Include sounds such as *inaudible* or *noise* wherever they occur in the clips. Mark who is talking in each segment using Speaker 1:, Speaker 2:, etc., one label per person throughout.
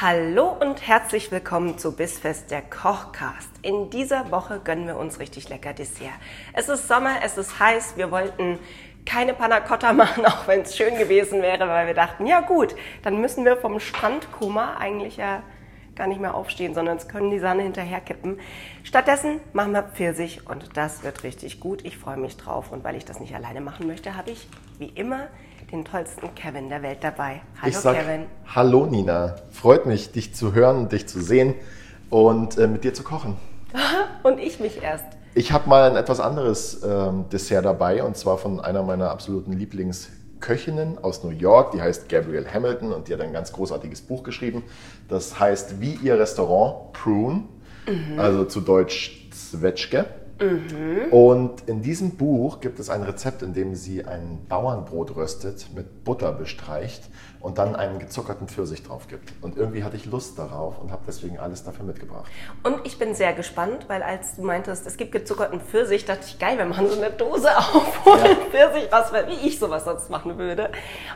Speaker 1: Hallo und herzlich willkommen zu Bissfest, der Kochcast. In dieser Woche gönnen wir uns richtig lecker Dessert. Es ist Sommer, es ist heiß, wir wollten keine Panna Cotta *laughs* machen, auch wenn es schön gewesen wäre, weil wir dachten, ja gut, dann müssen wir vom Strandkummer eigentlich ja gar nicht mehr aufstehen, sondern es können die Sahne hinterherkippen. Stattdessen machen wir Pfirsich und das wird richtig gut. Ich freue mich drauf und weil ich das nicht alleine machen möchte, habe ich wie immer den tollsten Kevin der Welt dabei. Hallo
Speaker 2: ich sag,
Speaker 1: Kevin.
Speaker 2: Hallo Nina, freut mich, dich zu hören und dich zu sehen und äh, mit dir zu kochen.
Speaker 1: Und ich mich erst.
Speaker 2: Ich habe mal ein etwas anderes ähm, Dessert dabei und zwar von einer meiner absoluten Lieblingsköchinnen aus New York, die heißt Gabrielle Hamilton und die hat ein ganz großartiges Buch geschrieben. Das heißt wie ihr Restaurant Prune, also zu Deutsch Zwetschge. Und in diesem Buch gibt es ein Rezept, in dem sie ein Bauernbrot röstet, mit Butter bestreicht und dann einen gezuckerten Pfirsich drauf gibt. Und irgendwie hatte ich Lust darauf und habe deswegen alles dafür mitgebracht.
Speaker 1: Und ich bin sehr gespannt, weil als du meintest, es gibt gezuckerten Pfirsich, dachte ich, geil, wir machen so eine Dose auf *laughs* und Pfirsich, was, wie ich sowas sonst machen würde.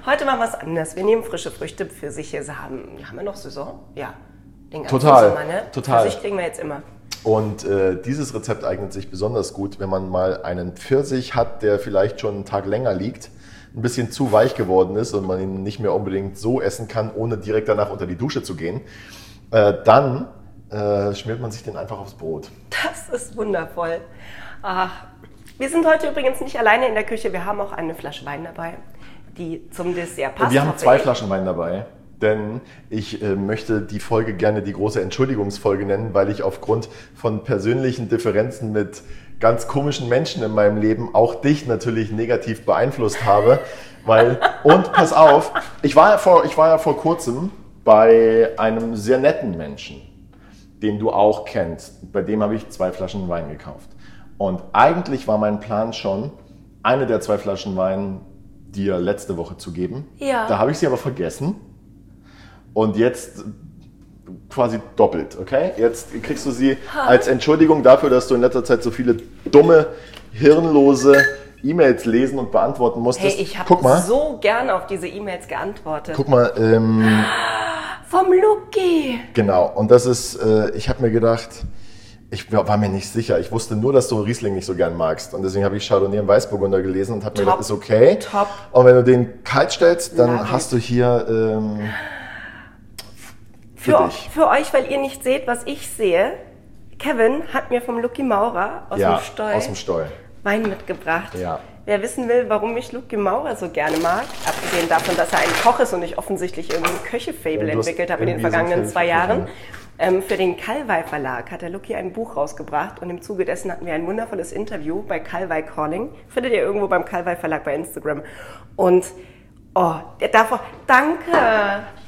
Speaker 1: Heute machen wir es anders. Wir nehmen frische Früchte, Pfirsiche, sie haben, haben wir noch Saison? Ja. Den ganzen
Speaker 2: Total,
Speaker 1: Sommer, ne?
Speaker 2: total.
Speaker 1: Pfirsich kriegen wir jetzt immer.
Speaker 2: Und äh, dieses Rezept eignet sich besonders gut, wenn man mal einen Pfirsich hat, der vielleicht schon einen Tag länger liegt, ein bisschen zu weich geworden ist und man ihn nicht mehr unbedingt so essen kann, ohne direkt danach unter die Dusche zu gehen. Äh, dann äh, schmiert man sich den einfach aufs Brot.
Speaker 1: Das ist wundervoll. Ach, wir sind heute übrigens nicht alleine in der Küche. Wir haben auch eine Flasche Wein dabei, die zum Dessert passt.
Speaker 2: Wir haben
Speaker 1: hoffe
Speaker 2: zwei
Speaker 1: ich.
Speaker 2: Flaschen Wein dabei. Denn ich äh, möchte die Folge gerne die große Entschuldigungsfolge nennen, weil ich aufgrund von persönlichen Differenzen mit ganz komischen Menschen in meinem Leben auch dich natürlich negativ beeinflusst habe. Weil, und pass auf, ich war ja vor, ich war ja vor kurzem bei einem sehr netten Menschen, den du auch kennst. Bei dem habe ich zwei Flaschen Wein gekauft. Und eigentlich war mein Plan schon, eine der zwei Flaschen Wein dir letzte Woche zu geben.
Speaker 1: Ja.
Speaker 2: Da habe ich sie aber vergessen. Und jetzt quasi doppelt, okay? Jetzt kriegst du sie als Entschuldigung dafür, dass du in letzter Zeit so viele dumme, hirnlose E-Mails lesen und beantworten
Speaker 1: Hey,
Speaker 2: musstest.
Speaker 1: ich
Speaker 2: guck
Speaker 1: habe
Speaker 2: mal,
Speaker 1: so gern auf diese E-Mails geantwortet.
Speaker 2: guck mal, ähm,
Speaker 1: Vom Luki.
Speaker 2: genau. Und das ist, äh, ich habe mir gedacht, ich war war mir nicht sicher. Ich wusste nur, dass du Riesling nicht so gern magst. Und deswegen habe ich Chardonnay und Weißburgunder gelesen und habe mir
Speaker 1: Top.
Speaker 2: gedacht, ist okay.
Speaker 1: Top.
Speaker 2: Und wenn du den kalt stellst, dann
Speaker 1: Love it.
Speaker 2: hast du hier ähm, für,
Speaker 1: Für,
Speaker 2: dich.
Speaker 1: für euch, weil ihr nicht seht, was ich sehe. Kevin hat mir vom Lucky Maurer aus
Speaker 2: ja,
Speaker 1: dem Steu
Speaker 2: aus dem Steu.
Speaker 1: Wein mitgebracht.
Speaker 2: Ja.
Speaker 1: Wer wissen will, warum ich Lucky Maurer so gerne mag, abgesehen davon, dass er ein Koch ist und ich offensichtlich irgendein Köche-Fable
Speaker 2: Ja, du hast
Speaker 1: entwickelt habe in den
Speaker 2: irgendwie so einen
Speaker 1: vergangenen
Speaker 2: Fable
Speaker 1: zwei
Speaker 2: für
Speaker 1: Jahren,
Speaker 2: Kochen.
Speaker 1: ähm, für den Calvai Verlag hat der Lucky ein Buch rausgebracht und im Zuge dessen hatten wir ein wundervolles Interview bei Calvai Calling. Findet ihr irgendwo beim Calvai Verlag bei Instagram. Und, oh, der darf auch, danke!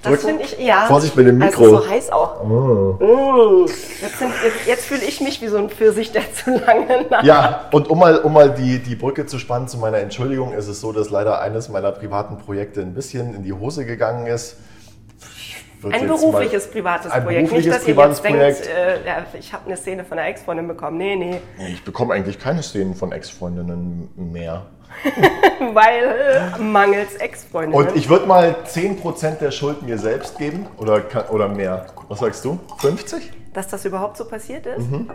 Speaker 1: Das
Speaker 2: Drücken.
Speaker 1: finde ich, ja.
Speaker 2: Vorsicht mit dem
Speaker 1: Es
Speaker 2: Mikro. Ah.
Speaker 1: ist so heiß auch. Mm. Jetzt, sind- jetzt, jetzt fühle ich mich wie so ein Pfirsich, der zu lange nach
Speaker 2: Ja, und um mal, um mal die, die Brücke zu spannen zu meiner Entschuldigung, ist es so, dass leider eines meiner privaten Projekte ein bisschen in die Hose gegangen ist. Ich würd
Speaker 1: Ein
Speaker 2: jetzt
Speaker 1: berufliches
Speaker 2: mal-
Speaker 1: privates
Speaker 2: ein
Speaker 1: Projekt.
Speaker 2: Berufliches,
Speaker 1: Nicht, dass ihr
Speaker 2: privates
Speaker 1: jetzt
Speaker 2: Projekt.
Speaker 1: denkt, äh, ja, ich habe eine Szene von einer Ex-Freundin bekommen. Nee, nee. *laughs*
Speaker 2: ich bekomme eigentlich keine Szenen von Ex-Freundinnen mehr.
Speaker 1: Weil äh, mangels Ex-Freundin.
Speaker 2: Und ich würde mal 10% der Schuld mir selbst geben oder, kann- oder mehr. Was sagst du? 50?
Speaker 1: Dass das überhaupt so passiert ist?
Speaker 2: Mhm.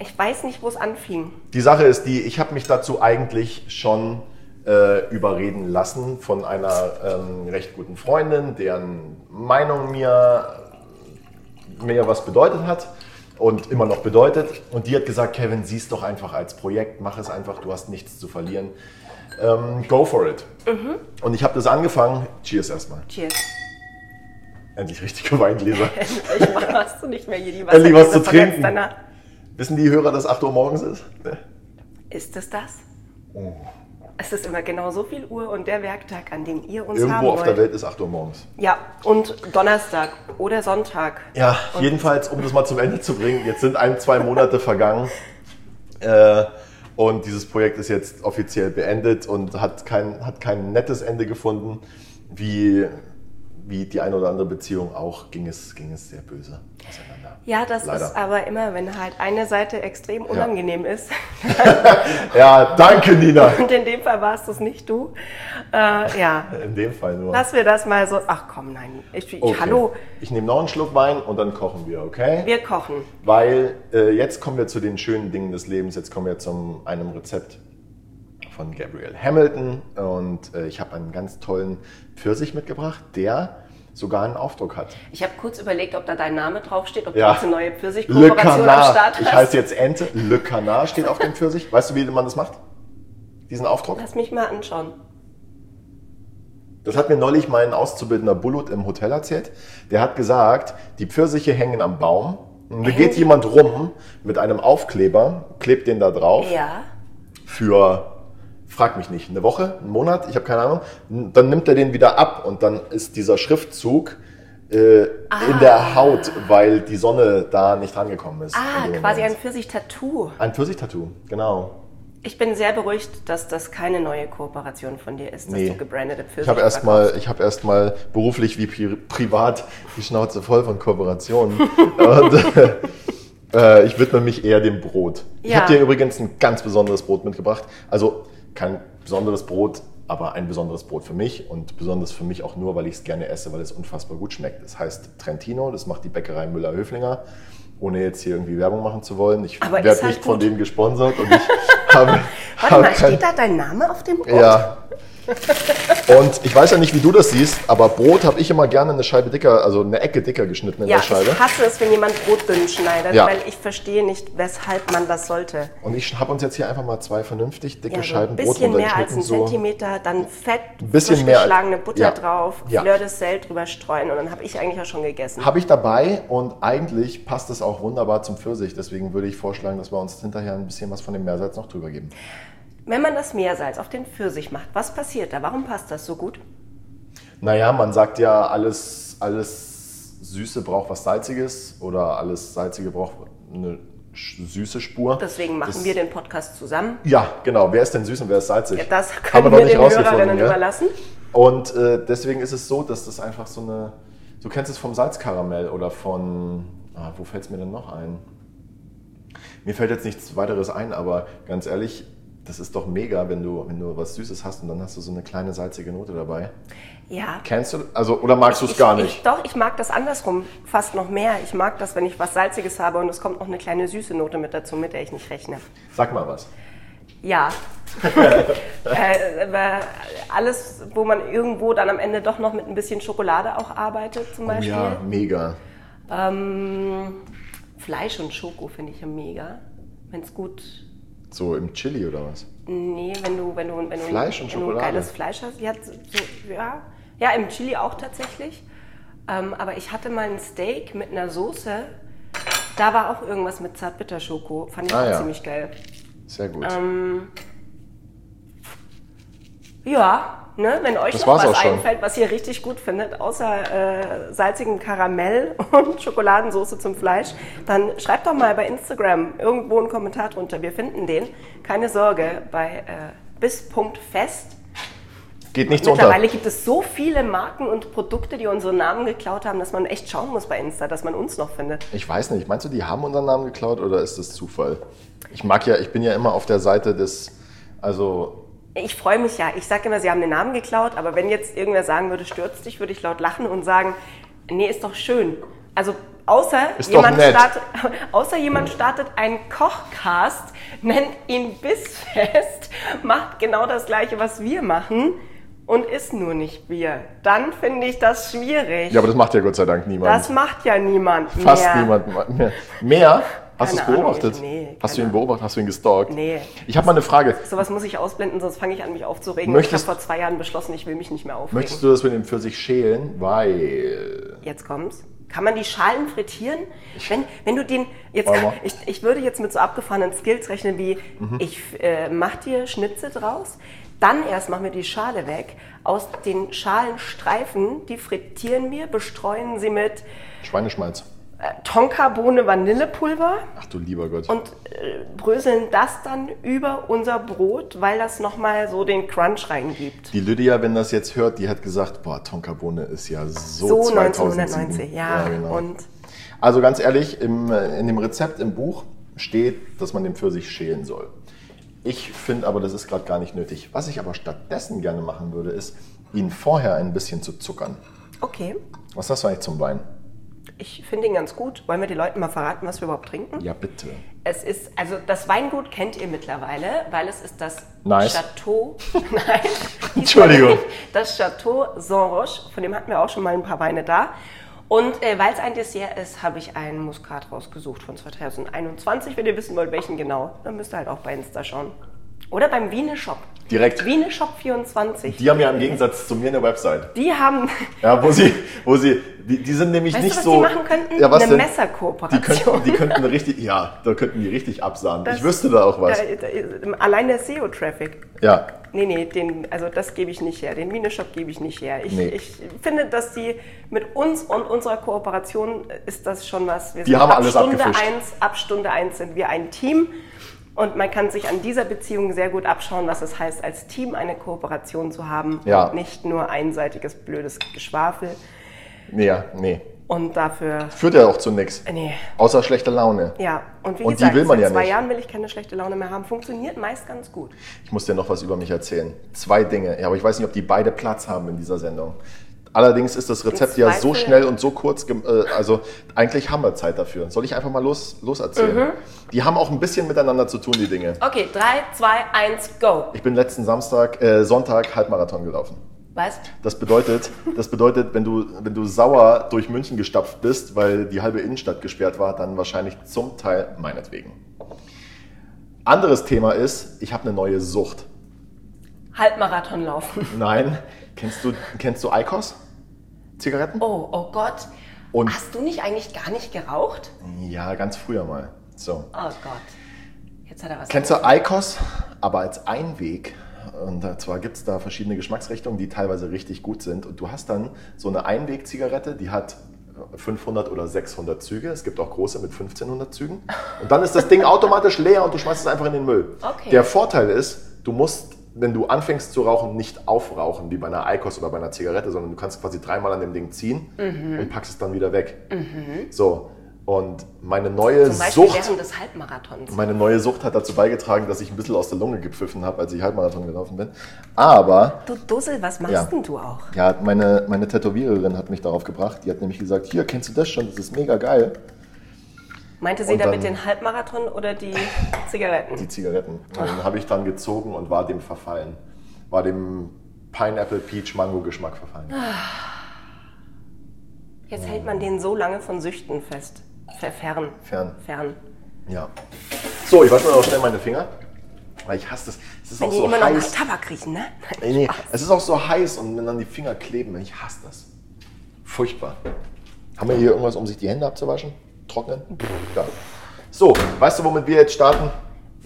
Speaker 1: Ich weiß nicht, wo es anfing.
Speaker 2: Die Sache ist die, ich habe mich dazu eigentlich schon äh, überreden lassen von einer ähm, recht guten Freundin, deren Meinung mir, mir was bedeutet hat und immer noch bedeutet. Und die hat gesagt, Kevin, sieh's doch einfach als Projekt, mach es einfach, du hast nichts zu verlieren. Ähm, go for it. Und ich habe das angefangen. Cheers erstmal.
Speaker 1: Cheers. *laughs*
Speaker 2: Endlich richtige Weingläser.
Speaker 1: Ich mach- hast du nicht mehr hier die
Speaker 2: Endlich was zu
Speaker 1: Wassergläser verletzt
Speaker 2: trinken.
Speaker 1: danach.
Speaker 2: Wissen die Hörer, dass 8 Uhr morgens ist? Oh.
Speaker 1: Ist das das? Es ist immer genau so viel Uhr und der Werktag, an dem ihr uns haben
Speaker 2: Irgendwo
Speaker 1: wollt.
Speaker 2: auf der Welt ist 8 Uhr morgens.
Speaker 1: Ja, und Donnerstag oder Sonntag.
Speaker 2: Ja, jedenfalls, um das mal zum Ende zu bringen, jetzt sind ein, zwei Monate vergangen äh, und dieses Projekt ist jetzt offiziell beendet und hat kein, hat kein nettes Ende gefunden. Wie, wie die eine oder andere Beziehung auch, ging es, ging es sehr böse auseinander.
Speaker 1: Ja, das
Speaker 2: Leider.
Speaker 1: ist aber immer, wenn halt eine Seite extrem unangenehm ist.
Speaker 2: Ja, danke Nina.
Speaker 1: Und in dem Fall warst es nicht du. Äh, ja,
Speaker 2: In dem Fall nur.
Speaker 1: lassen wir das mal so. Ach komm, nein. Ich, ich,
Speaker 2: Okay.
Speaker 1: Hallo,
Speaker 2: Ich nehme noch einen Schluck Wein und dann kochen wir, okay?
Speaker 1: wir kochen.
Speaker 2: Weil äh, jetzt kommen wir zu den schönen Dingen des Lebens. Jetzt kommen wir zu einem Rezept von Gabriel Hamilton. Und äh, ich habe einen ganz tollen Pfirsich mitgebracht, der sogar einen Aufdruck hat.
Speaker 1: Ich habe kurz überlegt, ob da dein Name draufsteht, ob
Speaker 2: Ja.
Speaker 1: du jetzt eine neue
Speaker 2: Le
Speaker 1: Pfirsichkooperation am
Speaker 2: Canard.
Speaker 1: Start hast.
Speaker 2: Ich heiße jetzt Ente. Le Canard steht auf dem Pfirsich. Weißt du, wie man das macht? Diesen Aufdruck?
Speaker 1: Lass mich mal anschauen.
Speaker 2: Das hat mir neulich mein auszubildender Bullut im Hotel erzählt. Der hat gesagt, die Pfirsiche hängen am Baum. Und da geht jemand rum mit einem Aufkleber, klebt den da drauf
Speaker 1: Ja.
Speaker 2: für, frag mich nicht, eine Woche, einen Monat, ich habe keine Ahnung. N- Dann nimmt er den wieder ab und dann ist dieser Schriftzug äh, in der Haut, weil die Sonne da nicht rangekommen ist.
Speaker 1: Ah,
Speaker 2: in dem
Speaker 1: quasi ein
Speaker 2: Moment.
Speaker 1: Pfirsich-Tattoo.
Speaker 2: ein Pfirsich-Tattoo, genau.
Speaker 1: Ich bin sehr beruhigt, dass das keine neue Kooperation von dir ist, dass
Speaker 2: Nee.
Speaker 1: du gebrandete Pfirsich
Speaker 2: Ich habe erstmal hab erst mal beruflich wie pri privat die Schnauze voll von Kooperationen. *laughs* Und, äh, äh, ich widme mich eher dem Brot. Ich
Speaker 1: Ja.
Speaker 2: habe dir übrigens ein ganz besonderes Brot mitgebracht. Also kein besonderes Brot, aber ein besonderes Brot für mich und besonders für mich auch nur, weil ich es gerne esse, weil es unfassbar gut schmeckt. Es heißt Trentino, das macht die Bäckerei Müller-Höflinger. Ohne jetzt hier irgendwie Werbung machen zu wollen. Ich
Speaker 1: Aber
Speaker 2: werde
Speaker 1: ist
Speaker 2: nicht
Speaker 1: halt
Speaker 2: von
Speaker 1: gut.
Speaker 2: denen gesponsert und ich *laughs* habe.
Speaker 1: Warte
Speaker 2: habe
Speaker 1: mal,
Speaker 2: kein-
Speaker 1: steht da dein Name auf dem Brot?
Speaker 2: ja. Und ich weiß ja nicht, wie du das siehst, aber Brot habe ich immer gerne eine Scheibe dicker, also eine Ecke dicker geschnitten in
Speaker 1: Ja,
Speaker 2: der Scheibe.
Speaker 1: ich hasse es, wenn jemand Brot dünn schneidet,
Speaker 2: Ja.
Speaker 1: weil ich verstehe nicht, weshalb man das sollte.
Speaker 2: Und ich habe uns jetzt hier einfach mal zwei vernünftig dicke
Speaker 1: Ja, so ein
Speaker 2: Scheiben Brot
Speaker 1: bisschen mehr als
Speaker 2: runtergeschnitten.
Speaker 1: ein
Speaker 2: So.
Speaker 1: Zentimeter, dann Fett,
Speaker 2: Ein bisschen
Speaker 1: frisch
Speaker 2: mehr als-
Speaker 1: geschlagene Butter
Speaker 2: ja.
Speaker 1: drauf,
Speaker 2: Ja.
Speaker 1: Fleur de Sel drüber streuen und dann habe ich eigentlich auch schon gegessen.
Speaker 2: Habe ich dabei und eigentlich passt es auch wunderbar zum Pfirsich. Deswegen würde ich vorschlagen, dass wir uns hinterher ein bisschen was von dem Meersalz noch drüber geben.
Speaker 1: Wenn man das Meersalz auf den Pfirsich macht, was passiert da? Warum passt das so gut?
Speaker 2: Naja, man sagt ja, alles, alles Süße braucht was Salziges oder alles Salzige braucht eine sch- süße Spur.
Speaker 1: Deswegen machen
Speaker 2: Das-
Speaker 1: wir den Podcast zusammen.
Speaker 2: Ja, genau. Wer ist denn süß und wer ist salzig?
Speaker 1: Ja, das
Speaker 2: Haben
Speaker 1: können
Speaker 2: noch
Speaker 1: wir
Speaker 2: nicht
Speaker 1: den
Speaker 2: rausgefunden,
Speaker 1: Hörerinnen
Speaker 2: gell?
Speaker 1: überlassen.
Speaker 2: Und äh, deswegen ist es so, dass das einfach so eine. Du kennst es vom Salzkaramell oder von. Ah, wo fällt es mir denn noch ein? Mir fällt jetzt nichts weiteres ein, aber ganz ehrlich, das ist doch mega, wenn du, wenn du was Süßes hast und dann hast du so eine kleine salzige Note dabei.
Speaker 1: Ja.
Speaker 2: Kennst du? Also, oder magst du es gar
Speaker 1: Ich-
Speaker 2: nicht?
Speaker 1: Ich, doch, ich mag das andersrum fast noch mehr. Ich mag das, wenn ich was Salziges habe und es kommt noch eine kleine süße Note mit dazu, mit der ich nicht rechne.
Speaker 2: Sag mal was.
Speaker 1: Ja. äh, aber alles, wo man irgendwo dann am Ende doch noch mit ein bisschen Schokolade auch arbeitet, zum Beispiel.
Speaker 2: Oh Ja, mega.
Speaker 1: ähm, Fleisch und Schoko finde ich ja mega. Wenn es gut.
Speaker 2: So im Chili oder was?
Speaker 1: Nee, wenn du, wenn du, wenn du,
Speaker 2: Fleisch und
Speaker 1: wenn du
Speaker 2: Schokolade.
Speaker 1: geiles Fleisch hast. Ja, so, ja. ja, im Chili auch tatsächlich. Ähm, aber ich hatte mal ein Steak mit einer Soße. Da war auch irgendwas mit Zartbitterschoko. Fand ich
Speaker 2: Ah,
Speaker 1: auch
Speaker 2: ja.
Speaker 1: ziemlich geil.
Speaker 2: Sehr gut.
Speaker 1: Ähm, Ja, ne, wenn euch
Speaker 2: Das
Speaker 1: noch
Speaker 2: war's
Speaker 1: was
Speaker 2: auch schon.
Speaker 1: einfällt, was ihr richtig gut findet, außer äh, salzigem Karamell *laughs* und Schokoladensoße zum Fleisch, dann schreibt doch mal bei Instagram irgendwo einen Kommentar drunter. Wir finden den. Keine Sorge, bei äh, bis.fest.
Speaker 2: Geht nichts unter.
Speaker 1: Mittlerweile gibt es so viele Marken und Produkte, die unseren Namen geklaut haben, dass man echt schauen muss bei Insta, dass man uns noch findet.
Speaker 2: Ich weiß nicht, meinst du, die haben unseren Namen geklaut oder ist das Zufall? Ich mag ja, ich bin ja immer auf der Seite des, also
Speaker 1: Ich freue mich ja. Ich sage immer, sie haben den Namen geklaut, aber wenn jetzt irgendwer sagen würde, stürzt dich, würde ich laut lachen und sagen, nee, ist doch schön. Also außer,
Speaker 2: Ist doch
Speaker 1: jemand,
Speaker 2: nett.
Speaker 1: startet, *laughs* außer jemand startet einen Kochcast, nennt ihn Bissfest, *laughs* macht genau das gleiche, was wir machen und ist nur nicht wir. Dann finde ich das schwierig.
Speaker 2: ja, aber das macht ja Gott sei Dank niemand.
Speaker 1: das macht ja niemand
Speaker 2: Fast
Speaker 1: mehr.
Speaker 2: niemand ma- mehr. Mehr? Hast du es
Speaker 1: Keine Ahnung,
Speaker 2: beobachtet?
Speaker 1: ich- nee,
Speaker 2: hast du
Speaker 1: keine
Speaker 2: ihn beobachtet? Hast du ihn gestalkt?
Speaker 1: Nee.
Speaker 2: Ich habe mal eine Frage.
Speaker 1: Sowas muss ich ausblenden, sonst fange ich an, mich aufzuregen.
Speaker 2: Möchtest-
Speaker 1: ich habe vor zwei Jahren beschlossen, ich will mich nicht mehr aufregen.
Speaker 2: Möchtest du das mit dem Pfirsich schälen? Weil
Speaker 1: Jetzt kommt's. Kann man die Schalen frittieren? Wenn, wenn du den jetzt,
Speaker 2: Warte mal.
Speaker 1: ich,
Speaker 2: Mhm.
Speaker 1: ich würde jetzt mit so abgefahrenen Skills rechnen wie ich äh, mach dir Schnitze draus, Dann erst machen wir die Schale weg. Aus den Schalenstreifen, die frittieren wir, bestreuen sie mit
Speaker 2: Schweineschmalz.
Speaker 1: äh, Tonkabohne Vanillepulver
Speaker 2: Ach du lieber Gott.
Speaker 1: und äh, bröseln das dann über unser Brot, weil das nochmal so den Crunch reingibt.
Speaker 2: die Lydia, wenn das jetzt hört, die hat gesagt, boah, Tonkabohne ist ja so,
Speaker 1: So
Speaker 2: 2007.
Speaker 1: 1990, ja.
Speaker 2: genau.
Speaker 1: Und
Speaker 2: also ganz ehrlich, im, äh, in dem Rezept im Buch steht, dass man den Pfirsich schälen soll. Ich finde aber, das ist gerade gar nicht nötig. Was ich aber stattdessen gerne machen würde, ist, ihn vorher ein bisschen zu zuckern.
Speaker 1: okay,
Speaker 2: Was hast du eigentlich zum Wein?
Speaker 1: ich finde ihn ganz gut. Wollen wir den Leuten mal verraten, was wir überhaupt trinken?
Speaker 2: Ja, bitte.
Speaker 1: Es ist, also das Weingut kennt ihr mittlerweile, weil es ist das
Speaker 2: Nice.
Speaker 1: Chateau. *laughs* Nein.
Speaker 2: Entschuldigung.
Speaker 1: *laughs* Das Chateau Saint-Roch, von dem hatten wir auch schon mal ein paar Weine da. Und äh, weil es ein Dessert ist, habe ich einen Muskat rausgesucht von 2021. Wenn ihr wissen wollt, welchen genau, dann müsst ihr halt auch bei Insta schauen. Oder beim Wiene Shop.
Speaker 2: Direkt.
Speaker 1: Wiene Shop 24.
Speaker 2: Die haben ja im Gegensatz zu mir eine Website.
Speaker 1: Die haben, *laughs*
Speaker 2: Ja, wo sie, wo sie, die, die sind nämlich
Speaker 1: Weißt du,
Speaker 2: nicht
Speaker 1: was
Speaker 2: so.
Speaker 1: die machen könnten?
Speaker 2: Ja, was
Speaker 1: Eine
Speaker 2: denn? Die
Speaker 1: Messerkooperation.
Speaker 2: könnten, die könnten richtig, ja, da könnten die richtig absahnen.
Speaker 1: Das-
Speaker 2: ich wüsste da auch was.
Speaker 1: *laughs* Da, da, allein der SEO-Traffic.
Speaker 2: ja,
Speaker 1: Nee, nee, den, also das gebe ich nicht her. Den Mineshop gebe ich nicht her. Ich,
Speaker 2: Nee.
Speaker 1: ich finde, dass die mit uns und unserer Kooperation äh, ist das schon was. Wir
Speaker 2: Die haben
Speaker 1: ab
Speaker 2: alles
Speaker 1: Stunde
Speaker 2: abgefischt.
Speaker 1: eins, ab Stunde eins sind wir ein Team. Und man kann sich an dieser Beziehung sehr gut abschauen, was es heißt, als Team eine Kooperation zu haben
Speaker 2: Ja.
Speaker 1: und nicht nur einseitiges blödes Geschwafel.
Speaker 2: nee, ja, nee.
Speaker 1: Und dafür,
Speaker 2: Führt ja auch zu nichts.
Speaker 1: nee,
Speaker 2: Außer schlechter Laune.
Speaker 1: ja. Und wie
Speaker 2: Und die
Speaker 1: gesagt,
Speaker 2: will man
Speaker 1: seit
Speaker 2: ja
Speaker 1: zwei
Speaker 2: nicht.
Speaker 1: Jahren will ich keine schlechte Laune mehr haben. Funktioniert meist ganz gut.
Speaker 2: Ich muss dir noch was über mich erzählen. Zwei Dinge. Ja, aber ich weiß nicht, ob die beide Platz haben in dieser Sendung. Allerdings ist das Rezept ja so
Speaker 1: Zweifel-
Speaker 2: schnell und so kurz, gem- äh, also eigentlich haben wir Zeit dafür. Soll ich einfach mal los, los erzählen?
Speaker 1: Mhm.
Speaker 2: Die haben auch ein bisschen miteinander zu tun, die Dinge.
Speaker 1: Okay, drei, zwei, eins, go.
Speaker 2: Ich bin letzten Samstag, äh, Sonntag Halbmarathon gelaufen.
Speaker 1: Weißt
Speaker 2: Das bedeutet, das bedeutet, wenn du, wenn du sauer durch München gestapft bist, weil die halbe Innenstadt gesperrt war, dann wahrscheinlich zum Teil meinetwegen. Anderes Thema ist, ich habe eine neue Sucht.
Speaker 1: Halbmarathon laufen.
Speaker 2: Nein, kennst du, kennst du ICOS? Zigaretten?
Speaker 1: Oh, oh Gott.
Speaker 2: Und-
Speaker 1: Hast du nicht eigentlich gar nicht geraucht?
Speaker 2: Ja, ganz früher mal. So.
Speaker 1: Oh Gott. Jetzt hat er was.
Speaker 2: Kennst du ICOS, aber als Einweg? Und zwar gibt es da verschiedene Geschmacksrichtungen, die teilweise richtig gut sind. Und du hast dann so eine Einwegzigarette, die hat 500 oder 600 Züge. Es gibt auch große mit 1500 Zügen. Und dann ist das Ding automatisch leer und du schmeißt es einfach in den Müll.
Speaker 1: Okay.
Speaker 2: Der Vorteil ist, du musst, wenn du anfängst zu rauchen, nicht aufrauchen wie bei einer ICOS oder bei einer Zigarette, sondern du kannst quasi dreimal an dem Ding ziehen
Speaker 1: Mhm.
Speaker 2: und packst es dann wieder weg. So. Und meine neue
Speaker 1: Zum Beispiel
Speaker 2: Sucht.
Speaker 1: während des Halbmarathons.
Speaker 2: Meine neue Sucht hat dazu beigetragen, dass ich ein bisschen aus der Lunge gepfiffen habe, als ich Halbmarathon gelaufen bin. Aber
Speaker 1: Du Dussel, was machst
Speaker 2: Ja.
Speaker 1: denn du auch?
Speaker 2: ja, meine, meine Tätowiererin hat mich darauf gebracht. Die hat nämlich gesagt, hier, kennst du das schon? Das ist mega geil.
Speaker 1: Meinte sie
Speaker 2: Und dann-
Speaker 1: damit den Halbmarathon oder
Speaker 2: *laughs*
Speaker 1: die
Speaker 2: Die
Speaker 1: Zigaretten?
Speaker 2: Zigaretten. Und dann habe ich dann gezogen und war dem verfallen. War dem Pineapple Peach Mango Geschmack verfallen.
Speaker 1: Ah. Jetzt hält man den so lange von Süchten fest. Verfern.
Speaker 2: Fern.
Speaker 1: Fern.
Speaker 2: Ja. So, ich wasche mir auch schnell meine Finger. Weil ich hasse das. Es ist
Speaker 1: Wenn
Speaker 2: auch
Speaker 1: die
Speaker 2: so
Speaker 1: immer noch nach
Speaker 2: heiß.
Speaker 1: Tabak riechen, ne?
Speaker 2: Nee, nee, es ist auch so heiß und wenn dann die Finger kleben, ich hasse das. Furchtbar. Haben wir hier irgendwas, um sich die Hände abzuwaschen? Trocknen? Ja. So, weißt du, womit wir jetzt starten?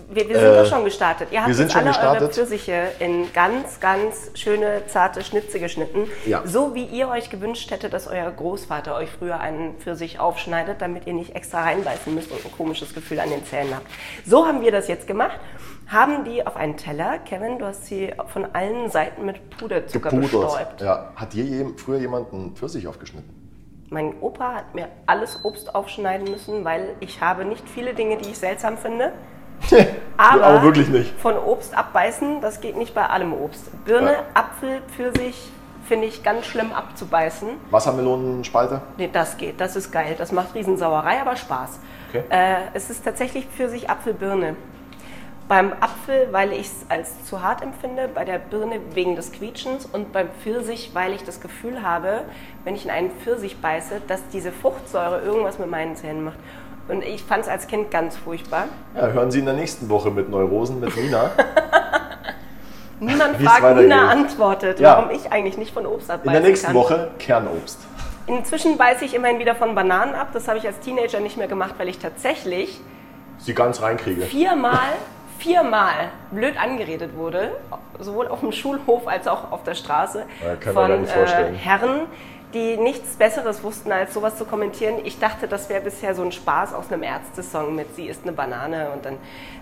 Speaker 1: Wir, wir sind
Speaker 2: Äh,
Speaker 1: doch schon gestartet. Ihr habt
Speaker 2: wir sind
Speaker 1: jetzt
Speaker 2: schon
Speaker 1: alle eure
Speaker 2: gestartet.
Speaker 1: Pfirsiche in ganz, ganz schöne, zarte Schnitze geschnitten.
Speaker 2: Ja.
Speaker 1: So wie ihr euch gewünscht hättet, dass euer Großvater euch früher einen Pfirsich aufschneidet, damit ihr nicht extra reinbeißen müsst und ein komisches Gefühl an den Zähnen habt. So haben wir das jetzt gemacht. Haben die auf einen Teller. Kevin, du hast sie von allen Seiten mit Puderzucker bestäubt.
Speaker 2: Ja. Hat hier je, früher jemand einen Pfirsich aufgeschnitten?
Speaker 1: Mein Opa hat mir alles Obst aufschneiden müssen, weil ich habe nicht viele Dinge, die ich seltsam
Speaker 2: *laughs*
Speaker 1: finde. Aber,
Speaker 2: Aber wirklich nicht.
Speaker 1: Von Obst abbeißen, das geht nicht bei allem Obst. Birne,
Speaker 2: Ja.
Speaker 1: Apfel, Pfirsich finde ich ganz schlimm abzubeißen.
Speaker 2: Wassermelonenspalte?
Speaker 1: Nee, das geht, das ist geil. Das macht Riesensauerei, aber Spaß.
Speaker 2: Okay.
Speaker 1: Äh, es ist tatsächlich Pfirsich, Apfel, Birne. Beim Apfel, weil ich es als zu hart empfinde, bei der Birne wegen des Quietschens und beim Pfirsich, weil ich das Gefühl habe, wenn ich in einen Pfirsich beiße, dass diese Fruchtsäure irgendwas mit meinen Zähnen macht. Und ich fand es als Kind ganz furchtbar.
Speaker 2: Ja, hören Sie in der nächsten Woche mit Neurosen
Speaker 1: *laughs*
Speaker 2: mit Nina.
Speaker 1: Niemand
Speaker 2: Wie's
Speaker 1: fragt,
Speaker 2: weitergeht.
Speaker 1: Nina antwortet,
Speaker 2: Ja.
Speaker 1: warum ich eigentlich nicht von Obst abbeißen
Speaker 2: In der nächsten
Speaker 1: kann.
Speaker 2: Woche Kernobst.
Speaker 1: Inzwischen beiße ich immerhin wieder von Bananen ab. Das habe ich als Teenager nicht mehr gemacht, weil ich tatsächlich
Speaker 2: Sie ganz reinkriege.
Speaker 1: viermal, viermal blöd angeredet wurde, sowohl auf dem Schulhof als auch auf der Straße,
Speaker 2: Ja, kann man gar
Speaker 1: von äh,
Speaker 2: nicht vorstellen.
Speaker 1: Herren, die nichts Besseres wussten, als sowas zu kommentieren. Ich dachte, das wäre bisher so ein Spaß aus einem Ärztesong mit Sie ist eine Banane. Und dann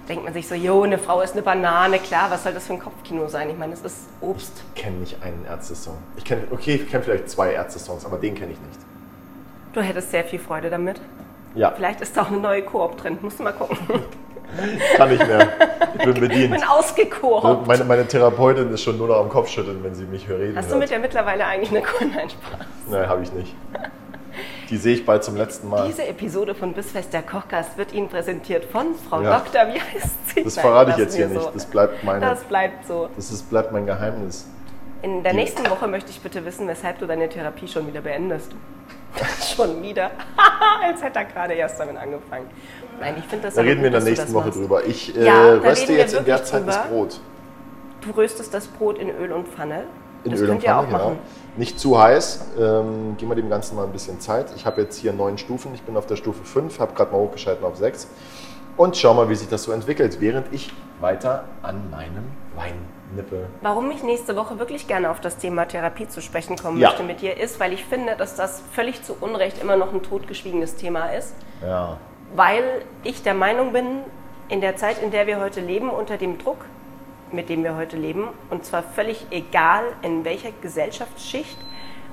Speaker 1: denkt man sich so, jo, eine Frau ist eine Banane, klar, was soll das für ein Kopfkino sein? Ich meine, es ist Obst.
Speaker 2: Ich kenne nicht einen Ärzte-Song. Ich kenne, okay, ich kenne vielleicht zwei Ärzte-Songs, aber den kenne ich nicht.
Speaker 1: Du hättest sehr viel Freude damit.
Speaker 2: Ja,
Speaker 1: Vielleicht ist da auch eine neue Koop drin, musst du mal gucken.
Speaker 2: kann ich mehr.
Speaker 1: *laughs*
Speaker 2: Ich bin
Speaker 1: Ich bin
Speaker 2: *laughs* bedient.
Speaker 1: ausgekoopt.
Speaker 2: Meine, meine Therapeutin ist schon nur noch am Kopfschütteln, wenn sie mich reden
Speaker 1: Hast du
Speaker 2: hört.
Speaker 1: mit der mittlerweile eigentlich eine *laughs* Korneinsprache?
Speaker 2: Nein, habe ich nicht. Die sehe ich bald zum letzten Mal.
Speaker 1: Diese Episode von Bissfest der Kochgast wird Ihnen präsentiert von Frau
Speaker 2: Ja.
Speaker 1: Doktor. Wie heißt sie?
Speaker 2: Das
Speaker 1: Nein,
Speaker 2: verrate ich
Speaker 1: lassen
Speaker 2: jetzt hier
Speaker 1: wir
Speaker 2: nicht.
Speaker 1: so.
Speaker 2: Das bleibt meine.
Speaker 1: Das bleibt so.
Speaker 2: das ist, bleibt mein Geheimnis.
Speaker 1: In der
Speaker 2: Die-
Speaker 1: nächsten Woche möchte ich bitte wissen, weshalb du deine Therapie schon wieder beendest. *laughs* schon wieder. *laughs* Als hätte er gerade erst damit angefangen. Nein, ich finde das
Speaker 2: Da
Speaker 1: aber
Speaker 2: reden wir in
Speaker 1: gut,
Speaker 2: der
Speaker 1: dass du
Speaker 2: nächsten
Speaker 1: das
Speaker 2: Woche
Speaker 1: machst.
Speaker 2: drüber. Ich äh,
Speaker 1: Ja, da reden
Speaker 2: röste
Speaker 1: wir
Speaker 2: jetzt in der
Speaker 1: wirklich
Speaker 2: Zeit das
Speaker 1: drüber.
Speaker 2: Brot.
Speaker 1: Du röstest das Brot in Öl und Pfanne.
Speaker 2: In
Speaker 1: das
Speaker 2: Öl und
Speaker 1: könnt ihr
Speaker 2: Pfanne,
Speaker 1: auch
Speaker 2: genau.
Speaker 1: machen.
Speaker 2: Nicht zu heiß. Ähm, geben wir dem Ganzen mal ein bisschen Zeit. Ich habe jetzt hier neun Stufen. Ich bin auf der Stufe 5, habe gerade mal hochgeschalten auf 6. Und schau mal, wie sich das so entwickelt, während ich weiter an meinem Wein nippe.
Speaker 1: Warum ich nächste Woche wirklich gerne auf das Thema Therapie zu sprechen kommen
Speaker 2: Ja.
Speaker 1: möchte mit dir, ist, weil ich finde, dass das völlig zu Unrecht immer noch ein totgeschwiegenes Thema ist.
Speaker 2: Ja.
Speaker 1: weil ich der Meinung bin, in der Zeit, in der wir heute leben, unter dem Druck, mit dem wir heute leben, und zwar völlig egal in welcher Gesellschaftsschicht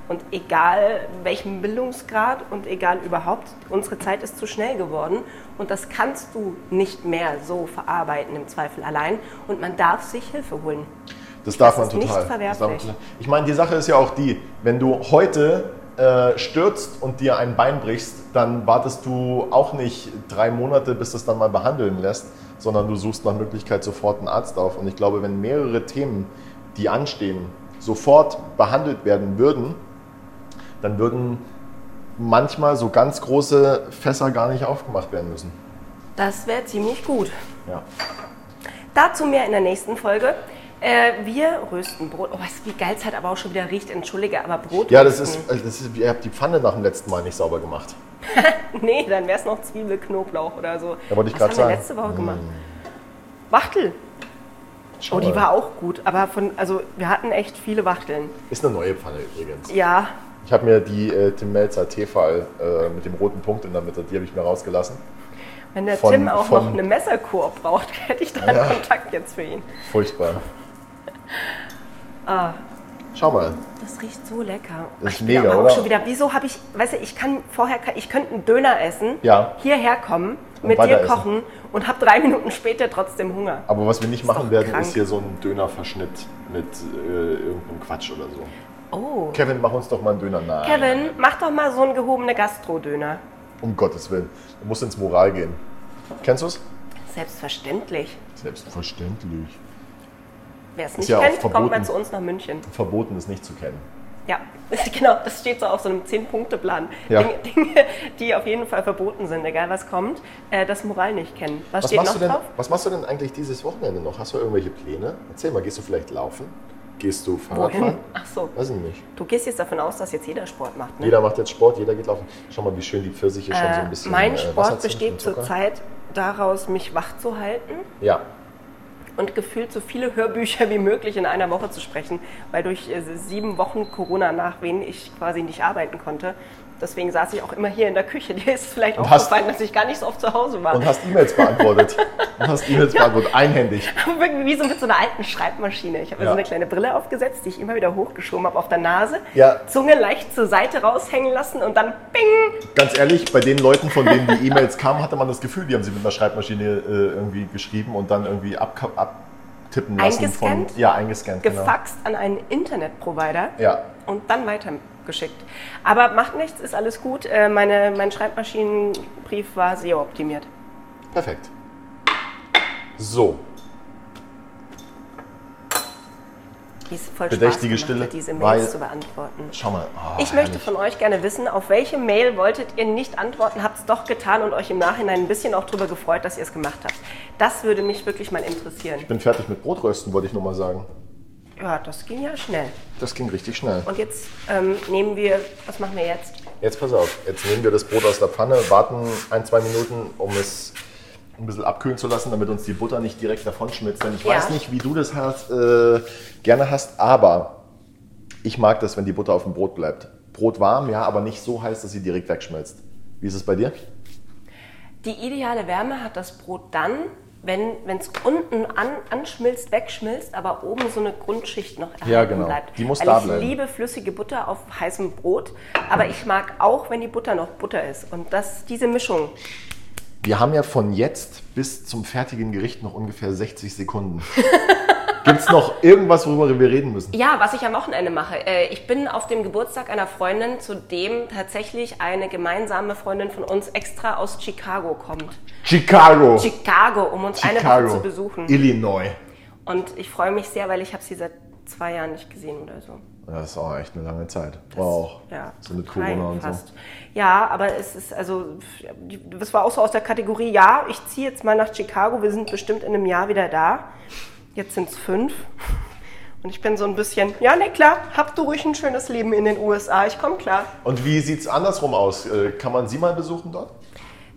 Speaker 1: und egal welchem Bildungsgrad und egal überhaupt, unsere Zeit ist zu schnell geworden und das kannst du nicht mehr so verarbeiten im Zweifel allein und man darf sich Hilfe holen.
Speaker 2: Das darf man
Speaker 1: Das ist
Speaker 2: total.
Speaker 1: nicht
Speaker 2: Das darf man
Speaker 1: verwerflich.
Speaker 2: total. Ich meine, die Sache ist ja auch die, wenn du heute äh, stürzt und dir ein Bein brichst, dann wartest du auch nicht drei Monate, bis das dann mal behandeln lässt, sondern du suchst nach Möglichkeit sofort einen Arzt auf. Und ich glaube, wenn mehrere Themen, die anstehen, sofort behandelt werden würden, dann würden manchmal so ganz große Fässer gar nicht aufgemacht werden müssen.
Speaker 1: Das wäre ziemlich gut.
Speaker 2: Ja.
Speaker 1: Dazu mehr in der nächsten Folge. Äh, wir rösten Brot. Oh, weißt du, wie geil es halt aber auch schon wieder riecht. Entschuldige, aber Brot.
Speaker 2: Ja, das ist, äh,
Speaker 1: rösten.
Speaker 2: das ist, ich habe die Pfanne nach dem letzten Mal nicht sauber gemacht.
Speaker 1: Nee, dann wär's noch Zwiebel, Knoblauch oder so.
Speaker 2: Ja, wollte ich
Speaker 1: Was haben
Speaker 2: grad sagen. Hm.
Speaker 1: wir letzte Woche gemacht? Wachtel.
Speaker 2: Schau
Speaker 1: Oh, die
Speaker 2: mal.
Speaker 1: war auch gut. Aber von, also wir hatten echt viele Wachteln.
Speaker 2: Ist eine neue Pfanne übrigens.
Speaker 1: Ja,
Speaker 2: Ich habe mir die äh, Tim Melzer Tefal äh, mit dem roten Punkt in der Mitte, die habe ich mir rausgelassen.
Speaker 1: wenn der
Speaker 2: Von-
Speaker 1: Tim auch
Speaker 2: von-
Speaker 1: noch eine Messerkur braucht, *laughs* hätte ich da einen
Speaker 2: Ja.
Speaker 1: Kontakt jetzt für ihn.
Speaker 2: Furchtbar.
Speaker 1: Ah.
Speaker 2: Schau mal.
Speaker 1: Das riecht so lecker.
Speaker 2: Das
Speaker 1: ich
Speaker 2: ist
Speaker 1: bin
Speaker 2: mega,
Speaker 1: aber auch
Speaker 2: oder?
Speaker 1: schon wieder. Wieso habe ich, weißt du, ich kann vorher, ich könnte einen Döner essen,
Speaker 2: Ja.
Speaker 1: hierher kommen,
Speaker 2: Und
Speaker 1: mit
Speaker 2: weiter
Speaker 1: dir
Speaker 2: essen.
Speaker 1: kochen und habe drei Minuten später trotzdem Hunger.
Speaker 2: Aber was wir nicht machen
Speaker 1: doch
Speaker 2: werden,
Speaker 1: krank.
Speaker 2: ist hier so ein Dönerverschnitt mit äh, irgendeinem Quatsch oder so.
Speaker 1: Oh.
Speaker 2: Kevin, mach uns doch mal einen Döner nahe.
Speaker 1: Kevin, mach doch mal so einen gehobene Gastro-Döner.
Speaker 2: Um Gottes Willen. Du musst ins Moral gehen. Kennst du es?
Speaker 1: Selbstverständlich.
Speaker 2: Selbstverständlich.
Speaker 1: Wer es nicht
Speaker 2: ja auch
Speaker 1: kennt, kommt mal
Speaker 2: verboten.
Speaker 1: zu uns nach München.
Speaker 2: Verboten ist nicht zu kennen.
Speaker 1: Ja, *laughs* genau, das steht so auf so einem Zehn-Punkte-Plan.
Speaker 2: Ja.
Speaker 1: Dinge, Dinge, die auf jeden Fall verboten sind, egal was kommt, äh, das Moral nicht kennen. Was,
Speaker 2: Was
Speaker 1: steht
Speaker 2: machst,
Speaker 1: noch
Speaker 2: du denn,
Speaker 1: drauf?
Speaker 2: was machst du denn eigentlich dieses Wochenende noch? Hast du irgendwelche Pläne? Erzähl mal, gehst du vielleicht laufen? Gehst du Fahrrad
Speaker 1: Wohin?
Speaker 2: fahren?
Speaker 1: *laughs* Ach so.
Speaker 2: Weiß ich nicht.
Speaker 1: Du gehst jetzt davon aus, dass jetzt jeder Sport macht, ne?
Speaker 2: Jeder macht jetzt Sport, jeder geht laufen. Schau mal, wie schön die Pfirsiche schon so
Speaker 1: äh,
Speaker 2: ein bisschen.
Speaker 1: mein
Speaker 2: äh, Wasser
Speaker 1: Sport
Speaker 2: ziehen,
Speaker 1: besteht
Speaker 2: bisschen Zucker.
Speaker 1: zurzeit daraus, mich wach zu halten
Speaker 2: Ja,
Speaker 1: und gefühlt so viele Hörbücher wie möglich in einer Woche zu sprechen, weil durch äh, sieben Wochen Corona nachwehen ich quasi nicht arbeiten konnte. Deswegen saß ich auch immer hier in der Küche. *laughs* Dir ist vielleicht
Speaker 2: Und hast-
Speaker 1: aufgefallen, dass ich gar nicht so oft zu Hause war. *laughs*
Speaker 2: und hast E-Mails beantwortet. und hast E-Mails beantwortet, einhändig.
Speaker 1: Wie so mit so einer alten Schreibmaschine. Ich habe mir
Speaker 2: Ja.
Speaker 1: so eine kleine Brille aufgesetzt, die ich immer wieder hochgeschoben habe auf der Nase.
Speaker 2: Ja.
Speaker 1: Zunge leicht zur Seite raushängen lassen und dann bing!
Speaker 2: Ganz ehrlich, bei den Leuten, von denen die E-Mails kamen, hatte man das Gefühl, die haben sie mit einer Schreibmaschine äh, irgendwie geschrieben und dann irgendwie abka- abtippen lassen.
Speaker 1: Eingescannt?
Speaker 2: Von, ja, eingescannt. genau.
Speaker 1: Gefaxt an einen Internetprovider.
Speaker 2: Ja.
Speaker 1: Und dann weitergeschickt. Aber macht nichts, ist alles gut. Äh, Meine, mein Schreibmaschinenbrief war SEO-optimiert.
Speaker 2: Perfekt. So,
Speaker 1: Die ist voll
Speaker 2: Bedächtige
Speaker 1: Spaß gemacht,
Speaker 2: Stille,
Speaker 1: hat, diese
Speaker 2: weil-
Speaker 1: Mails zu beantworten.
Speaker 2: schau mal. Oh,
Speaker 1: Ich möchte
Speaker 2: herrlich.
Speaker 1: von euch gerne wissen, auf welche Mail wolltet ihr nicht antworten, habt es doch getan und euch im Nachhinein ein bisschen auch darüber gefreut, dass ihr es gemacht habt. Das würde mich wirklich mal interessieren.
Speaker 2: Ich bin fertig mit Brotrösten, wollte ich nur mal sagen.
Speaker 1: Ja, das ging ja schnell.
Speaker 2: Das ging richtig schnell.
Speaker 1: Und jetzt ähm, nehmen wir, was machen wir jetzt?
Speaker 2: Jetzt pass auf, jetzt nehmen wir das Brot aus der Pfanne, warten ein, zwei Minuten, um es ein bisschen abkühlen zu lassen, damit uns die Butter nicht direkt davon schmilzt. Denn ich
Speaker 1: Ja.
Speaker 2: weiß nicht, wie du das hast, äh, gerne hast, aber ich mag das, wenn die Butter auf dem Brot bleibt. Brot warm, ja, aber nicht so heiß, dass sie direkt wegschmilzt. Wie ist es bei dir?
Speaker 1: Die ideale Wärme hat das Brot dann, wenn es unten an, anschmilzt, wegschmilzt, aber oben so eine Grundschicht noch erhalten
Speaker 2: Ja, genau.
Speaker 1: bleibt.
Speaker 2: Die muss
Speaker 1: Weil
Speaker 2: da
Speaker 1: ich
Speaker 2: bleiben.
Speaker 1: liebe flüssige Butter auf heißem Brot, aber ich mag auch, wenn die Butter noch Butter ist. Und das, diese Mischung,
Speaker 2: Wir haben ja von jetzt bis zum fertigen Gericht noch ungefähr 60 *laughs* Sekunden. Gibt es noch irgendwas, worüber wir reden müssen?
Speaker 1: Ja, was ich am Wochenende mache. Äh, Ich bin auf dem Geburtstag einer Freundin, zu dem tatsächlich eine gemeinsame Freundin von uns extra aus Chicago kommt.
Speaker 2: Chicago.
Speaker 1: Chicago, um uns eine Woche zu besuchen.
Speaker 2: Illinois.
Speaker 1: Und ich freue mich sehr, weil ich habe sie seit zwei Jahren nicht gesehen oder so.
Speaker 2: Das ist auch echt eine lange Zeit. Wow.
Speaker 1: Ja,
Speaker 2: So mit
Speaker 1: drei
Speaker 2: Corona und so.
Speaker 1: fast. Ja, aber es ist also, das war auch so aus der Kategorie, ja, ich ziehe jetzt mal nach Chicago, wir sind bestimmt in einem Jahr wieder da. Jetzt sind es fünf. Und ich bin so ein bisschen, ja, ne, klar, habt du ruhig ein schönes Leben in den USA, ich komme klar.
Speaker 2: Und wie sieht es andersrum aus? Äh, Kann man sie mal besuchen dort?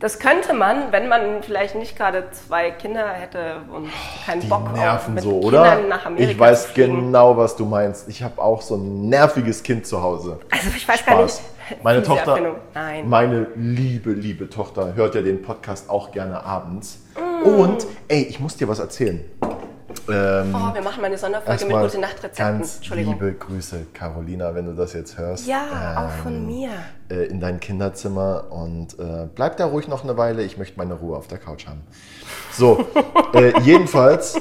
Speaker 1: Das könnte man, wenn man vielleicht nicht gerade zwei Kinder hätte und keinen
Speaker 2: Die
Speaker 1: Bock auf
Speaker 2: nerven
Speaker 1: mit
Speaker 2: so, oder?
Speaker 1: Kindern nach Amerika
Speaker 2: ich weiß
Speaker 1: zu fliegen.
Speaker 2: genau, was du meinst. Ich habe auch so ein nerviges Kind zu Hause.
Speaker 1: Also ich weiß gar
Speaker 2: Spaß.
Speaker 1: nicht. *laughs*
Speaker 2: Meine
Speaker 1: diese
Speaker 2: Tochter,
Speaker 1: Erfindung. Nein.
Speaker 2: meine liebe, liebe Tochter hört ja den Podcast auch gerne abends.
Speaker 1: Mm.
Speaker 2: Und, ey, ich muss dir was erzählen. Ähm,
Speaker 1: Oh, wir machen mal eine Sonderfolge mit
Speaker 2: erstmal
Speaker 1: gute nacht rezepten
Speaker 2: ganz
Speaker 1: Entschuldigung.
Speaker 2: liebe Grüße, Carolina, wenn du das jetzt hörst.
Speaker 1: Ja, auch von
Speaker 2: Ähm,
Speaker 1: mir.
Speaker 2: äh, in dein Kinderzimmer und äh, bleib da ruhig noch eine Weile. Ich möchte meine Ruhe auf der Couch haben.
Speaker 1: *laughs*
Speaker 2: So, äh, jedenfalls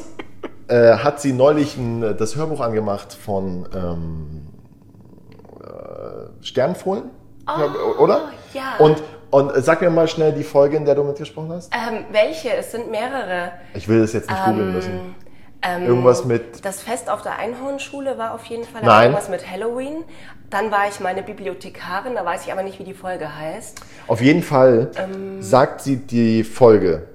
Speaker 2: äh, hat sie neulich ein, äh, das Hörbuch angemacht von ähm, äh, Sternfohlen, glaub- oder?
Speaker 1: Ah, ja.
Speaker 2: Und, und äh, sag mir mal schnell die Folge, in der du mitgesprochen hast.
Speaker 1: Ähm, welche? Es sind mehrere.
Speaker 2: Ich will das jetzt nicht googeln müssen.
Speaker 1: ähm,
Speaker 2: Irgendwas mit
Speaker 1: Das Fest auf der Einhornschule war auf jeden Fall
Speaker 2: Nein.
Speaker 1: irgendwas mit Halloween. Dann war ich meine Bibliothekarin, da weiß ich aber nicht, wie die Folge heißt.
Speaker 2: Auf jeden Fall
Speaker 1: Ähm.
Speaker 2: sagt sie die Folge.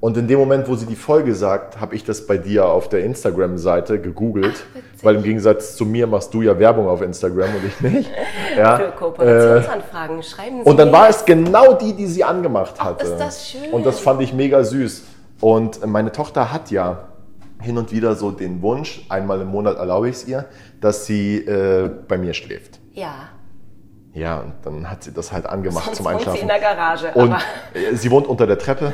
Speaker 2: Und in dem Moment, wo sie die Folge sagt, habe ich das bei dir auf der Instagram-Seite gegoogelt, weil im Gegensatz zu mir machst du ja Werbung auf Instagram und
Speaker 1: *laughs*
Speaker 2: ich nicht.
Speaker 1: Für
Speaker 2: Ja. Äh.
Speaker 1: Kooperationsanfragen schreiben Sie
Speaker 2: Und dann
Speaker 1: mir.
Speaker 2: war es genau die, die sie angemacht hatte.
Speaker 1: ist das schön.
Speaker 2: Und das fand ich mega süß. Und meine Tochter hat ja hin und wieder so den Wunsch, einmal im Monat erlaube ich es ihr, dass sie äh, bei mir schläft.
Speaker 1: Ja.
Speaker 2: Ja, und dann hat sie das halt angemacht
Speaker 1: Sonst
Speaker 2: zum
Speaker 1: wohnt
Speaker 2: Einschlafen.
Speaker 1: sie in der Garage.
Speaker 2: Und
Speaker 1: aber,
Speaker 2: äh, *laughs* sie wohnt unter
Speaker 1: *laughs*
Speaker 2: der Treppe,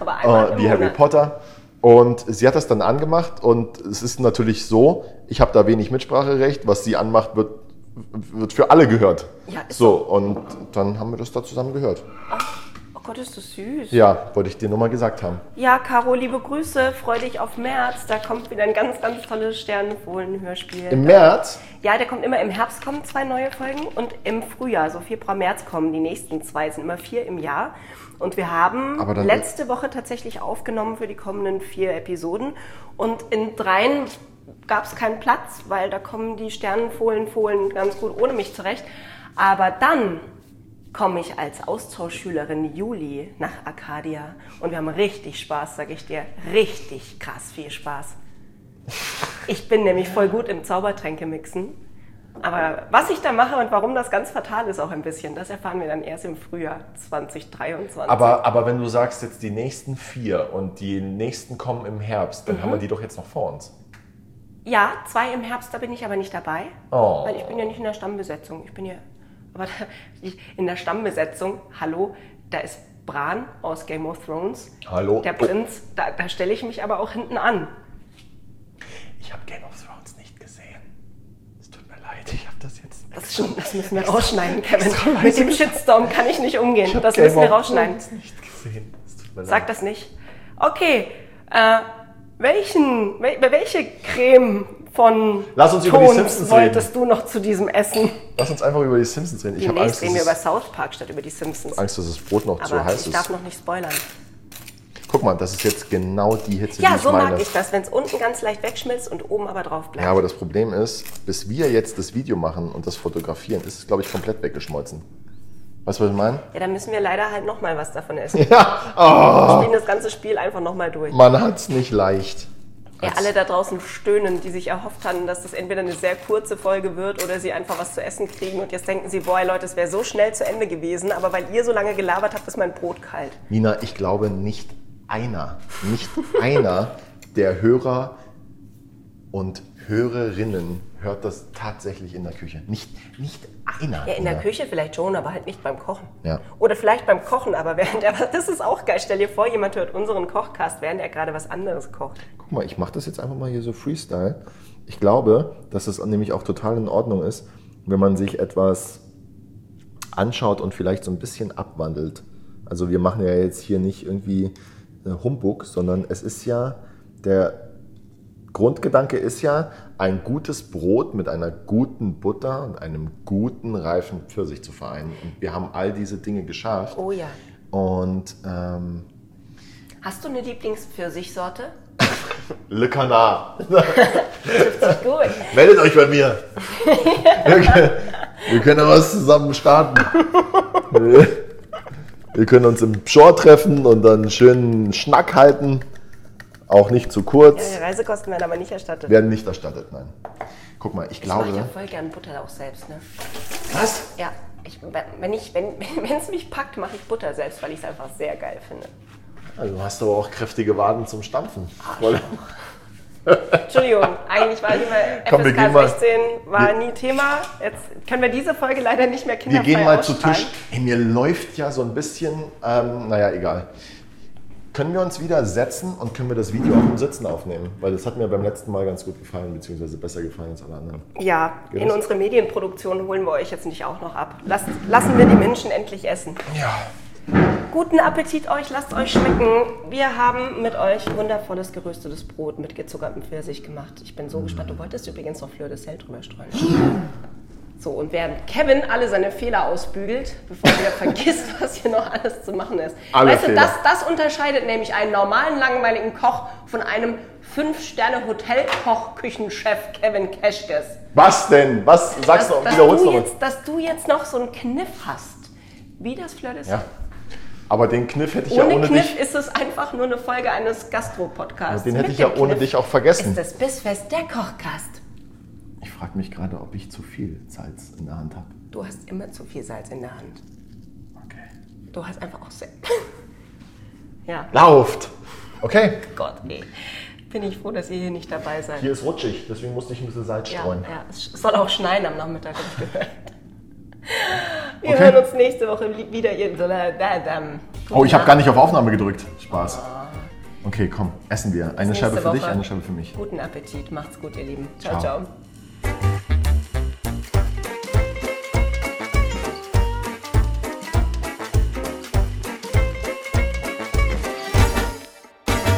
Speaker 1: aber einmal
Speaker 2: äh,
Speaker 1: im
Speaker 2: wie Harry
Speaker 1: Monat.
Speaker 2: Potter. Und sie hat das dann angemacht und es ist natürlich so, ich habe da wenig Mitspracherecht, was sie anmacht, wird, wird für alle gehört.
Speaker 1: Ja, ist
Speaker 2: so, und dann haben wir das da zusammen gehört.
Speaker 1: Oh Gott, ist das süß. Ja.
Speaker 2: Ja, wollte ich dir nur mal gesagt haben.
Speaker 1: Caro, liebe Grüße. Freu dich auf März. Da kommt wieder ein ganz, ganz tolles Sternenfohlen-Hörspiel.
Speaker 2: Im März,
Speaker 1: Ja, der kommt immer im Herbst kommen zwei neue Folgen und im Frühjahr, so Februar, März kommen die nächsten zwei, sind immer vier im Jahr. Und wir haben
Speaker 2: Aber dann-
Speaker 1: letzte Woche tatsächlich aufgenommen für die kommenden vier Episoden. Und in dreien gab es keinen Platz, weil da kommen die Sternenfohlen, Fohlen ganz gut ohne mich zurecht. Aber dann komme ich als Austauschschülerin Juli nach Arcadia und wir haben richtig Spaß, sag ich dir. Richtig krass viel Spaß. Ich bin nämlich voll gut im Zaubertränke mixen. Aber was ich da mache und warum das ganz fatal ist auch ein bisschen, das erfahren wir dann erst im Frühjahr 2023.
Speaker 2: aber, aber wenn du sagst jetzt die nächsten vier und die nächsten kommen im Herbst, dann
Speaker 1: Mhm.
Speaker 2: haben wir die doch jetzt noch vor uns.
Speaker 1: ja, zwei im Herbst, da bin ich aber nicht dabei,
Speaker 2: Oh.
Speaker 1: weil ich bin ja nicht in der Stammbesetzung. Ich bin ja, aber da, ich, in der Stammbesetzung, hallo, da ist Bran aus Game of Thrones.
Speaker 2: Hallo.
Speaker 1: Der
Speaker 2: Oh.
Speaker 1: Prinz, da, da stelle ich mich aber auch hinten an.
Speaker 2: Ich habe Game of Thrones nicht gesehen. Es tut mir leid, ich habe das jetzt.
Speaker 1: Das, stimmt, das müssen wir rausschneiden, Kevin. Mit dem Shitstorm kann ich nicht umgehen. das
Speaker 2: Game
Speaker 1: müssen wir
Speaker 2: of
Speaker 1: rausschneiden.
Speaker 2: Thrones nicht gesehen. Es tut mir
Speaker 1: Sag
Speaker 2: leid.
Speaker 1: das nicht. Okay, äh, welchen, wel, welche Creme von
Speaker 2: Lass uns über die Simpsons
Speaker 1: wolltest du noch zu diesem Essen?
Speaker 2: Lass uns einfach über die Simpsons reden. Ich habe
Speaker 1: Demnächst
Speaker 2: Angst,
Speaker 1: reden wir über
Speaker 2: dass es-
Speaker 1: South Park statt über die Simpsons.
Speaker 2: Angst, dass das Brot noch zu
Speaker 1: Aber
Speaker 2: heiß
Speaker 1: ich darf
Speaker 2: ist.
Speaker 1: noch nicht spoilern.
Speaker 2: Guck mal, das ist jetzt genau die Hitze, die
Speaker 1: Ja,
Speaker 2: ich
Speaker 1: so
Speaker 2: meine.
Speaker 1: mag ich das, wenn es unten ganz leicht wegschmilzt und oben aber drauf bleibt.
Speaker 2: Ja, aber das Problem ist, bis wir jetzt das Video machen und das fotografieren, ist es, glaube ich, komplett weggeschmolzen. Weißt du, was ich meine?
Speaker 1: Ja, dann müssen wir leider halt nochmal was davon essen.
Speaker 2: *laughs* Ja, Oh.
Speaker 1: Wir spielen das ganze Spiel einfach nochmal durch.
Speaker 2: man hat's nicht leicht.
Speaker 1: Ja,
Speaker 2: Als-
Speaker 1: alle da draußen stöhnen, die sich erhofft hatten, dass das entweder eine sehr kurze Folge wird oder sie einfach was zu essen kriegen. Und jetzt denken sie, boah, Leute, es wäre so schnell zu Ende gewesen, aber weil ihr so lange gelabert habt, ist mein Brot kalt.
Speaker 2: Nina, ich glaube nicht einer, nicht einer der Hörer und Hörerinnen hört das tatsächlich in der Küche. Nicht, nicht einer.
Speaker 1: Ja, in der Küche vielleicht schon, aber halt nicht beim Kochen.
Speaker 2: Ja.
Speaker 1: Oder vielleicht beim Kochen, aber während er was, *laughs* das ist auch geil. Stell dir vor, jemand hört unseren Kochcast, während er gerade was anderes kocht.
Speaker 2: Guck mal, ich mache das jetzt einfach mal hier so Freestyle. Ich glaube, dass es nämlich auch total in Ordnung ist, wenn man sich etwas anschaut und vielleicht so ein bisschen abwandelt. Also wir machen ja jetzt hier nicht irgendwie äh, Humbug, sondern es ist ja, der Grundgedanke ist ja, ein gutes Brot mit einer guten Butter und einem guten reifen Pfirsich zu vereinen. Und wir haben all diese Dinge geschafft.
Speaker 1: Oh ja.
Speaker 2: Und ähm,
Speaker 1: Hast du eine Lieblingspfirsichsorte?
Speaker 2: Le Canard.
Speaker 1: Gut.
Speaker 2: Meldet euch
Speaker 1: *laughs*
Speaker 2: bei mir. Wir können, wir können da was zusammen starten. Wir, wir können uns im Shore treffen und dann einen schönen Schnack halten. Auch nicht zu
Speaker 1: Ja, die
Speaker 2: kurz.
Speaker 1: Äh, Reisekosten werden aber nicht erstattet.
Speaker 2: Werden nicht erstattet, nein. Guck mal, ich
Speaker 1: ich mache ja
Speaker 2: glaube.
Speaker 1: voll gern Butter auch selbst, ne?
Speaker 2: Was?
Speaker 1: Ja, ich, wenn ich, wenn *laughs* es mich packt, mache ich Butter selbst, weil ich es einfach sehr geil finde.
Speaker 2: Also du hast aber auch kräftige Waden zum Stampfen.
Speaker 1: Entschuldigung, eigentlich war immer
Speaker 2: *laughs* Komm, wir gehen
Speaker 1: FSK
Speaker 2: mal-
Speaker 1: 16 war
Speaker 2: wir-
Speaker 1: nie Thema. Jetzt können wir diese Folge leider nicht mehr
Speaker 2: Wir
Speaker 1: kinderfrei
Speaker 2: gehen mal zu
Speaker 1: ausstrahlen.
Speaker 2: Tisch. Ey, mir läuft ja so ein bisschen, ähm, naja, egal. Können wir uns wieder setzen und können wir das Video auch im Sitzen aufnehmen? Weil das hat mir beim letzten Mal ganz gut gefallen, beziehungsweise besser gefallen als alle anderen.
Speaker 1: Ja,
Speaker 2: Geht
Speaker 1: in
Speaker 2: das?
Speaker 1: unsere Medienproduktion holen wir euch jetzt nicht auch noch ab. Lasst, lassen wir die Menschen endlich essen.
Speaker 2: Ja.
Speaker 1: Guten Appetit euch, lasst euch schmecken. Wir haben mit euch wundervolles geröstetes Brot mit gezuckertem Pfirsich gemacht. Ich bin so gespannt. Du wolltest übrigens noch Fleur de Sel drüber streuen. So, und während Kevin alle seine Fehler ausbügelt, bevor er *laughs* wieder vergisst, was hier noch alles zu machen ist.
Speaker 2: Alle
Speaker 1: weißt
Speaker 2: Fehler.
Speaker 1: du, das, das unterscheidet nämlich einen normalen, langweiligen Koch von einem 5-Sterne-Hotelkoch-Küchenchef Kevin Keschkes
Speaker 2: Was denn? Was? Sag's noch,
Speaker 1: dass,
Speaker 2: wiederhol's
Speaker 1: du
Speaker 2: nochmal.
Speaker 1: jetzt, dass du jetzt noch so einen Kniff hast, wie das Flirt ist.
Speaker 2: Ja. Aber den Kniff hätte ich
Speaker 1: Ohne,
Speaker 2: ja ohne
Speaker 1: Kniff
Speaker 2: dich.
Speaker 1: ist es einfach nur eine Folge eines Gastro-Podcasts.
Speaker 2: Den hätte
Speaker 1: Mit
Speaker 2: ich ja
Speaker 1: dem
Speaker 2: ohne
Speaker 1: Kniff
Speaker 2: dich auch vergessen.
Speaker 1: Ist das Bissfest der Kochcast.
Speaker 2: Ich frage mich gerade, ob ich zu viel Salz in der Hand habe.
Speaker 1: Du hast immer zu viel Salz in der Hand.
Speaker 2: Okay.
Speaker 1: Du hast einfach auch sehr. *laughs* ja, oh
Speaker 2: Lauft! Okay.
Speaker 1: Gott, ey. Bin ich froh, dass ihr hier nicht dabei seid.
Speaker 2: Hier ist rutschig, deswegen musste ich ein bisschen Salz
Speaker 1: Ja,
Speaker 2: streuen.
Speaker 1: ja, es soll auch schneien am Nachmittag. hab ich
Speaker 2: *laughs*
Speaker 1: gehört. Wir
Speaker 2: Okay.
Speaker 1: hören uns nächste Woche li- wieder. Ihr ähm,
Speaker 2: Oh, ich habe gar nicht auf Aufnahme gedrückt. Spaß. Okay, komm, essen wir. Eine
Speaker 1: Bis
Speaker 2: Scheibe
Speaker 1: nächste
Speaker 2: für dich,
Speaker 1: Woche.
Speaker 2: eine Scheibe für mich.
Speaker 1: Guten Appetit, macht's gut, ihr Lieben. Ciao,
Speaker 2: Ciao.
Speaker 1: ciao.